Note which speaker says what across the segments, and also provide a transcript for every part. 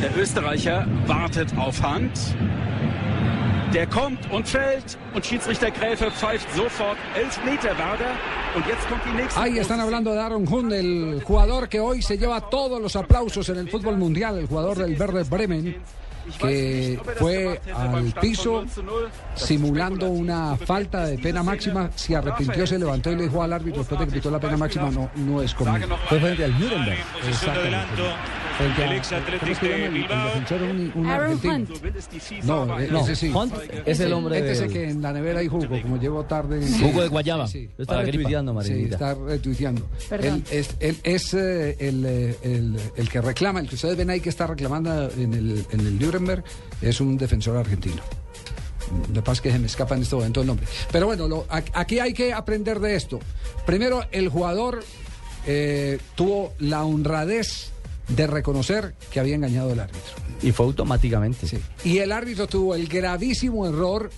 Speaker 1: Der Österreicher wartet auf Hand. Der kommt und fällt und Schiedsrichter Gräfe pfeift sofort Elfmeter Werder und jetzt kommt die nächste.
Speaker 2: Ahí están hablando de Aaron Hun, el jugador que hoy se lleva todos los aplausos en el fútbol mundial, el jugador del Verde Bremen que fue al piso simulando una falta de pena máxima, se arrepintió, se levantó y le dijo al árbitro después de que pitó la pena máxima, no, no es conmigo. Fue frente al Nuremberg. Exactamente. Frente a, ¿cómo es que llama el, el defensor? Un- un
Speaker 3: Aaron
Speaker 2: argentino? No, eh,
Speaker 4: No,
Speaker 2: ese sí.
Speaker 4: Hunt es el hombre
Speaker 2: Este es el
Speaker 4: del-
Speaker 2: que en la nevera hay jugo, como llevo tarde.
Speaker 4: Jugo de guayaba.
Speaker 2: Sí,
Speaker 4: Lo
Speaker 2: sí.
Speaker 4: está retuiteando,
Speaker 2: Sí,
Speaker 4: Marinita.
Speaker 2: está retuiteando.
Speaker 3: Perdón.
Speaker 2: Él es, él es, eh, el, eh, el- el que reclama, el que ustedes ven ahí que está reclamando en el, en el Nuremberg, es un defensor argentino. De paz que se me escapa en este momento el nombre. Pero bueno, lo- a- aquí hay que aprender de esto. Primero, el jugador eh, tuvo la honradez de reconocer que había engañado al árbitro.
Speaker 4: Y fue automáticamente.
Speaker 2: Sí. Y el árbitro tuvo el gravísimo error,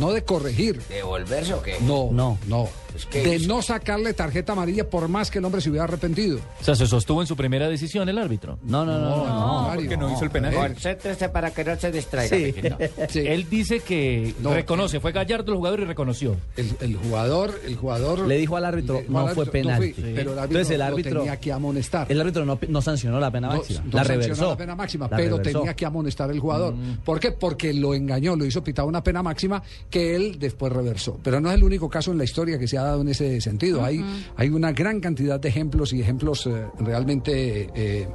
Speaker 2: no de corregir,
Speaker 5: ¿Devolverse o qué?
Speaker 2: no,
Speaker 4: No.
Speaker 2: no, no,
Speaker 5: Pues, ¿qué
Speaker 2: de
Speaker 5: hizo?
Speaker 2: no sacarle tarjeta amarilla por más que el hombre se hubiera arrepentido.
Speaker 6: O sea, se sostuvo en su primera decisión el árbitro.
Speaker 4: No, no, no. no, no.
Speaker 2: Mario,
Speaker 6: porque no hizo el penal.
Speaker 2: Bueno,
Speaker 5: Concéntrese para que no se distraiga. Pequeño.
Speaker 2: sí. el,
Speaker 6: Él dice que
Speaker 2: No.
Speaker 6: reconoce, fue Gallardo el jugador y reconoció.
Speaker 2: el jugador, el jugador
Speaker 4: Le dijo al árbitro,
Speaker 2: le dijo
Speaker 4: no
Speaker 2: al
Speaker 4: fue
Speaker 2: árbitro,
Speaker 4: penalti.
Speaker 2: fui, pero el árbitro,
Speaker 4: Entonces el
Speaker 2: lo
Speaker 4: árbitro-
Speaker 2: tenía que amonestar.
Speaker 4: El árbitro no, no sancionó la pena
Speaker 2: No-
Speaker 4: máxima.
Speaker 2: no
Speaker 4: la
Speaker 2: sancionó
Speaker 4: reversó.
Speaker 2: la pena máxima,
Speaker 4: La
Speaker 2: pero
Speaker 4: reversó. Mm.
Speaker 2: tenía que amonestar el jugador. ¿Por qué? Porque lo engañó, lo hizo pitar una pena máxima que él después reversó. Pero no es el único caso en la historia que se ha dado en ese sentido. hay, hay una gran cantidad de ejemplos y ejemplos eh, realmente eh,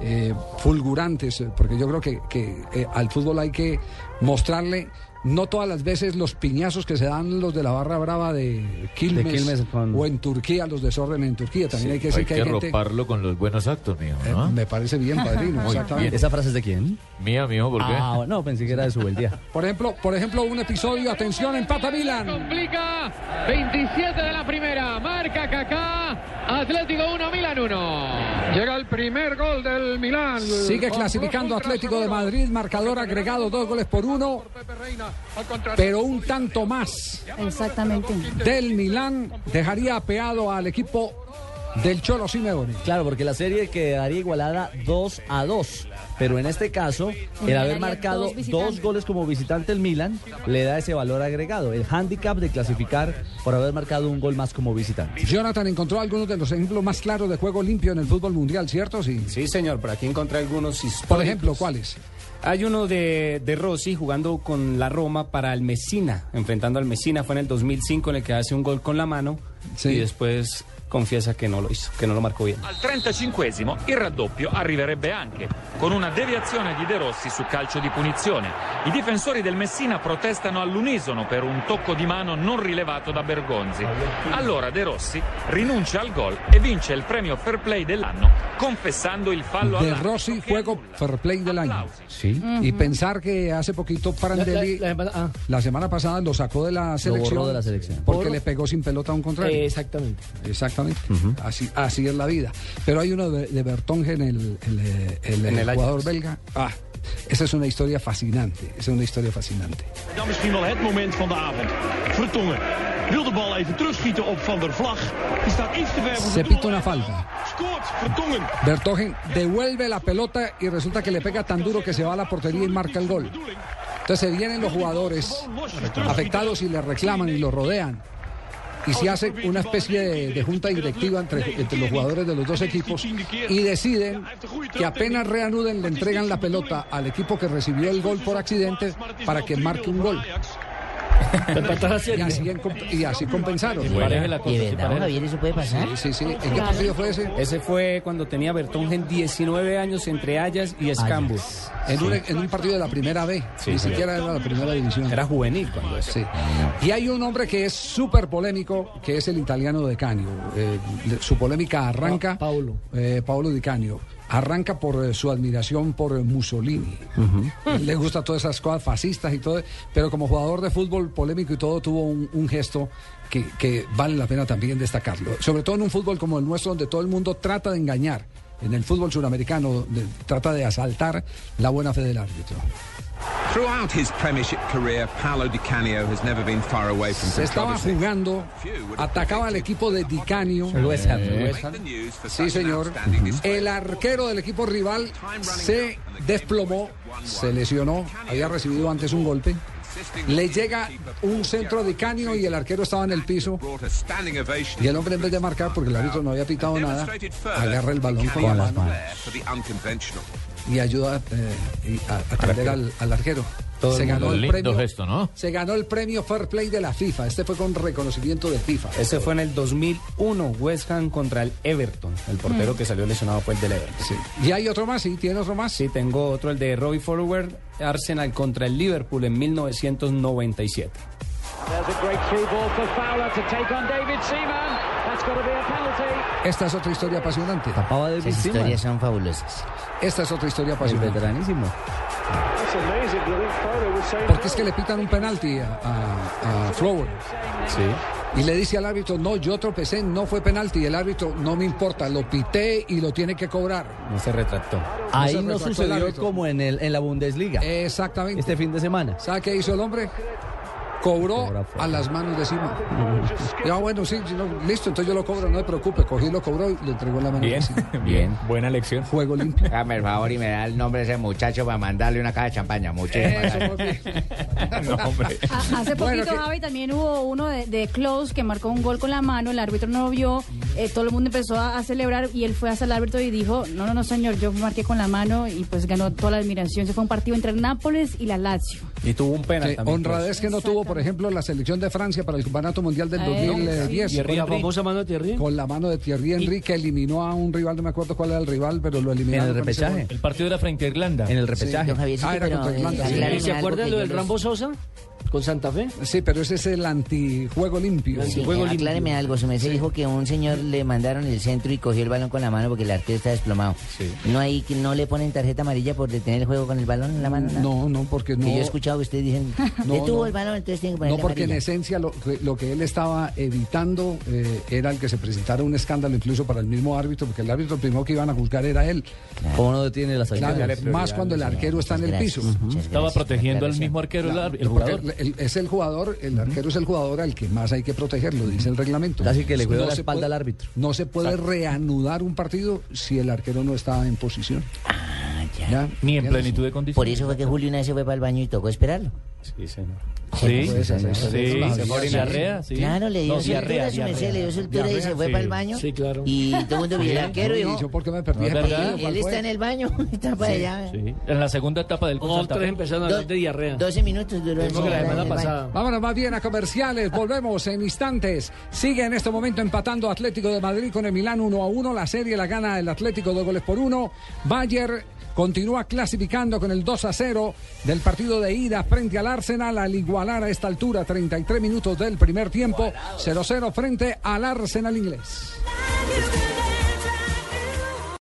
Speaker 2: eh, fulgurantes, eh, porque yo creo que, que, eh, al fútbol hay que mostrarle. No todas las veces los piñazos que se dan los de la barra brava de Quilmes,
Speaker 4: De Quilmes con-
Speaker 2: o en Turquía, los desórdenes en Turquía. También hay que decir
Speaker 7: Hay
Speaker 2: que
Speaker 7: que,
Speaker 2: hay gente...
Speaker 7: roparlo con los buenos actos, mijo,
Speaker 2: Eh,
Speaker 7: ¿no?
Speaker 2: Me parece bien, padrino. exactamente.
Speaker 4: ¿Esa frase es de quién?
Speaker 7: Mía, mijo, ¿por qué?
Speaker 4: Ah, no, pensé que era de su beldía.
Speaker 2: Por ejemplo, por ejemplo, un episodio, atención, empata Milan.
Speaker 8: Complica. 27 de la primera. Marca Kaká. Atlético 1, Milan 1. Llega el primer gol del Milan.
Speaker 2: Sigue
Speaker 8: Con
Speaker 2: clasificando
Speaker 8: Cruz
Speaker 2: Atlético de
Speaker 8: ultraseguro.
Speaker 2: Madrid, marcador agregado dos goles por uno,
Speaker 8: Pepe Reina al contrario.
Speaker 2: pero un tanto más
Speaker 3: Exactamente.
Speaker 2: del Milán dejaría apeado al equipo del Cholo Simeone.
Speaker 4: Claro, porque la serie quedaría igualada 2 a 2. Pero en este caso, el
Speaker 3: Ganaría
Speaker 4: haber marcado
Speaker 3: dos visitantes.
Speaker 4: dos goles como visitante el Milan le da ese valor agregado, el hándicap de clasificar por haber marcado un gol más como visitante.
Speaker 2: Jonathan encontró algunos de los ejemplos más claros de juego limpio en el fútbol mundial, ¿cierto? Sí.
Speaker 9: Sí, señor, por aquí encontré algunos históricos.
Speaker 2: Por ejemplo, ¿cuáles?
Speaker 9: Hay uno de, de Rossi jugando con la Roma para el Messina, enfrentando al Messina. Fue en el 2005 en el que hace un gol con la mano
Speaker 2: Sí.
Speaker 9: y después confiesa que no lo hizo, que no lo marcó bien.
Speaker 1: Al 35esimo il raddoppio arriverebbe anche con una deviazione di De Rossi su calcio di punizione. I difensori del Messina protestano all'unisono per un tocco di mano non rilevato da Bergonzi. Allora De Rossi rinuncia al gol e vince il premio Fair Play dell'anno confessando il fallo
Speaker 2: De
Speaker 1: all'arbitro
Speaker 2: Rossi,
Speaker 1: che
Speaker 2: juego
Speaker 1: annulla.
Speaker 2: fair play del año.
Speaker 1: Applausi.
Speaker 2: Y pensar que hace poquito Prandelli la,
Speaker 4: La- la- la- ah.
Speaker 2: semana pasada lo sacó de la selección,
Speaker 4: borró de la selección.
Speaker 2: porque
Speaker 4: Por-
Speaker 2: le pegó sin pelota a un contrario.
Speaker 4: exactamente.
Speaker 2: Exactamente. así, así es la vida. Pero hay uno de, de Bertongen, el, el, eh, el,
Speaker 9: En
Speaker 2: eh,
Speaker 9: el
Speaker 2: jugador
Speaker 9: Ajax.
Speaker 2: belga. Ah, esa es una historia fascinante. Esa es una historia fascinante.
Speaker 10: Dan misschien wel het moment van de avond. Vertongen wil de bal even terugschieten op Van der Vlag. Die staat iets te ver voor
Speaker 2: Se
Speaker 10: de
Speaker 2: pita
Speaker 10: doel.
Speaker 2: una falta.
Speaker 10: Scoort Vertongen.
Speaker 2: Bertongen devuelve la pelota y resulta que le pega tan duro que se va a la portería y marca el gol. Entonces se vienen los jugadores afectados y le reclaman y lo rodean. Y se hace una especie de, de junta directiva entre, entre los jugadores de los dos equipos y deciden que apenas reanuden le entregan la pelota al equipo que recibió el gol por accidente para que marque un gol. Y así, en comp- y así compensaron.
Speaker 6: Pareja la cosa,
Speaker 5: ¿Y
Speaker 6: sí,
Speaker 5: verdad,
Speaker 6: pareja.
Speaker 5: Javier, eso puede pasar?
Speaker 2: Sí, sí, sí. ¿En qué partido fue ese?
Speaker 9: Ese fue cuando tenía Bertongen 19 años entre Ayas y Escambur.
Speaker 2: En un, en un partido de la primera B. Ni siquiera era la primera división.
Speaker 9: Era juvenil cuando eso.
Speaker 2: Sí. Y hay un hombre que es súper polémico, que es el italiano de Canio. Eh, de- su polémica arranca.
Speaker 4: Pa- Paolo.
Speaker 2: Eh, Paolo Di Canio. Arranca por eh, su admiración por eh, Mussolini. Le gusta todas esas cosas fascistas y todo, pero como jugador de fútbol polémico y todo, tuvo un, un gesto que, que vale la pena también destacarlo. Sobre todo en un fútbol como el nuestro, donde todo el mundo trata de engañar. En el fútbol suramericano, donde trata de asaltar la buena fe del árbitro.
Speaker 3: Throughout his Premiership career, Paolo Di Canio has never been far away from
Speaker 2: Se estaba
Speaker 3: controversy.
Speaker 2: jugando, atacaba al equipo de Dicanio. Eh,
Speaker 3: El West Ham, el West Ham.
Speaker 2: Sí, señor. El arquero del equipo rival se desplomó, se lesionó, había recibido antes un golpe. Le llega un centro a Dicanio y el arquero estaba en el piso.
Speaker 3: Brought a standing ovation
Speaker 2: Y el hombre en vez de marcar, porque el árbitro no había pitado nada, agarra el balón con la mano
Speaker 3: there for the unconventional.
Speaker 2: y ayuda eh, y a, a atender al, al arquero.
Speaker 7: Todo
Speaker 2: se
Speaker 7: el
Speaker 2: ganó
Speaker 7: mundo.
Speaker 2: el
Speaker 7: Lindo
Speaker 2: premio.
Speaker 7: gesto, ¿no?
Speaker 2: Se ganó el premio Fair Play de la FIFA. Este fue con reconocimiento de FIFA.
Speaker 9: Ese fue en el 2001, West Ham contra el Everton. El
Speaker 6: Mm.
Speaker 9: portero que salió lesionado fue el del Everton.
Speaker 2: Sí. ¿Y hay otro más? ¿Sí? ¿Tiene otro más?
Speaker 9: Sí, tengo otro, el de Robbie Forward, Arsenal contra el Liverpool en 1997.
Speaker 8: There's a great through ball for Fowler to take on David Seaman. That's got to be a penalty.
Speaker 2: Esta es otra historia apasionante.
Speaker 4: Tapaba de
Speaker 5: Esas
Speaker 4: víctima.
Speaker 5: historias son fabulosas.
Speaker 2: Esta es otra historia
Speaker 4: El
Speaker 2: apasionante.
Speaker 4: veteranísimo.
Speaker 2: Porque es que le pitan un penalti a, a, a Flower. Y le dice al árbitro, no, yo tropecé, no fue penalti. Y el árbitro, no me importa, lo pité y lo tiene que cobrar.
Speaker 9: No se retractó.
Speaker 4: Ahí
Speaker 2: se
Speaker 4: no
Speaker 2: retractó el
Speaker 4: sucedió
Speaker 2: árbitro.
Speaker 4: como en, el, en la Bundesliga
Speaker 2: Exactamente.
Speaker 4: este fin de semana.
Speaker 2: ¿Sabe qué hizo el hombre? Cobró
Speaker 4: Cobra fuera.
Speaker 2: a las manos de Sima. Ya bueno, sí, si no, listo, entonces yo lo cobro, no me preocupe. Cogí, lo cobró y le entregó en la mano de Sima.
Speaker 9: bien. Buena lección.
Speaker 2: Juego limpio.
Speaker 5: Dame el favor y me da el nombre de ese muchacho para mandarle una caja de champaña. Muchísimas
Speaker 2: Eso,
Speaker 5: gracias.
Speaker 2: papi.
Speaker 11: Ah, Hace
Speaker 2: Bueno,
Speaker 11: poquito,
Speaker 2: que-
Speaker 11: Javi, también hubo uno de, de Klaus que marcó un gol con la mano, el árbitro no lo vio, eh, todo el mundo empezó a, a celebrar y él fue hasta el árbitro y dijo, no, no, no, señor, yo marqué con la mano y pues ganó toda la admiración. Se fue un partido entre el Nápoles y la Lazio.
Speaker 9: Y tuvo un penal
Speaker 2: Que
Speaker 9: también. pues.
Speaker 2: honradez que no tuvo, por ejemplo, la selección de Francia para el Campeonato Mundial del
Speaker 11: Ah, eh, sí.
Speaker 2: 2010.
Speaker 6: Thierry Henry.
Speaker 2: Con la mano de Thierry Henry, que eliminó a un rival, no me acuerdo cuál era el rival, pero lo
Speaker 4: En
Speaker 2: eliminaron.
Speaker 4: el
Speaker 2: con ese
Speaker 4: repechaje.
Speaker 6: El partido era frente a Irlanda.
Speaker 4: En el repechaje.
Speaker 5: Don Javiercito,
Speaker 2: Ah, era
Speaker 5: pero,
Speaker 2: contra
Speaker 5: eh,
Speaker 2: Irlanda, sí.
Speaker 5: acláreme
Speaker 2: ¿Se
Speaker 5: algo que yo no sé.
Speaker 6: Sosa con Santa Fe?
Speaker 2: gol. Sí, pero ese es el antijuego limpio.
Speaker 5: Sí, eh, acláreme algo, su merced dijo que un señor le mandaron el centro y cogió el balón con la mano porque el arquero está desplomado. No hay, no le ponen tarjeta amarilla por detener el juego con el balón en la mano. nada?
Speaker 2: No, no, porque no.
Speaker 5: Que yo he escuchado que ustedes dicen,
Speaker 2: No,
Speaker 5: detuvo
Speaker 2: no.
Speaker 5: el balón, entonces tiene
Speaker 2: No,
Speaker 5: que ponerle
Speaker 2: porque en
Speaker 5: amarilla.
Speaker 2: esencia lo, que- lo que él estaba evitando eh, era el que se presentara un escándalo incluso para el mismo árbitro, porque el árbitro primero que iban a juzgar era él.
Speaker 4: ¿Cómo no detiene las
Speaker 2: Claro,
Speaker 4: acciones?
Speaker 2: más cuando el arquero está en el
Speaker 5: Gracias,
Speaker 2: piso.
Speaker 5: muchas
Speaker 6: Estaba
Speaker 5: gracias.
Speaker 6: protegiendo al
Speaker 5: Aclaración.
Speaker 6: mismo arquero, el, ar- el
Speaker 2: Porque
Speaker 6: jugador.
Speaker 2: el- el- es el jugador, el arquero es el jugador al que más hay que protegerlo, dice el reglamento.
Speaker 4: Casi que le cuidó la
Speaker 2: se
Speaker 4: espalda
Speaker 2: puede-
Speaker 4: al árbitro.
Speaker 2: No se puede reanudar un partido si el arquero no está en posición.
Speaker 5: Ah, ya.
Speaker 2: ¿ya?
Speaker 6: Ni en
Speaker 2: ¿Entiendes?
Speaker 6: plenitud de condiciones.
Speaker 5: Por eso fue que Julio una vez se fue para el baño y tocó esperarlo.
Speaker 9: Sí, señor.
Speaker 6: Sí,
Speaker 2: Puede ser,
Speaker 6: sí,
Speaker 2: puede ser.
Speaker 6: sí,
Speaker 2: Las
Speaker 6: se fue a
Speaker 2: habilidades.
Speaker 6: diarrea, sí.
Speaker 5: Claro, le dio
Speaker 6: No,
Speaker 5: soltura a su merced, le dio soltura y se
Speaker 6: Diarrea,
Speaker 5: fue
Speaker 6: sí.
Speaker 5: para el baño.
Speaker 6: Sí, claro.
Speaker 5: Y todo el mundo vio el arquero y
Speaker 2: Uy, ¿Yo
Speaker 5: dijo,
Speaker 2: por qué me perdí?
Speaker 6: No,
Speaker 2: el
Speaker 6: ¿verdad?
Speaker 2: partido?
Speaker 5: él
Speaker 2: ¿Cuál
Speaker 5: está
Speaker 2: fue?
Speaker 5: en el baño, está para allá.
Speaker 6: Sí. En la segunda etapa del Cruz Santa Fe.
Speaker 5: Do- 12 minutos duró el señor en el baño.
Speaker 2: Vámonos más bien a comerciales, volvemos en instantes. Sigue en este momento empatando Atlético de Madrid con el Milán 1 a 1. La serie la gana el Atlético dos goles por uno. Bayer continúa clasificando con el 2 a 0 del partido de ida frente al Arsenal al igualar a esta altura 33 minutos del primer tiempo. 0-0 frente al Arsenal inglés.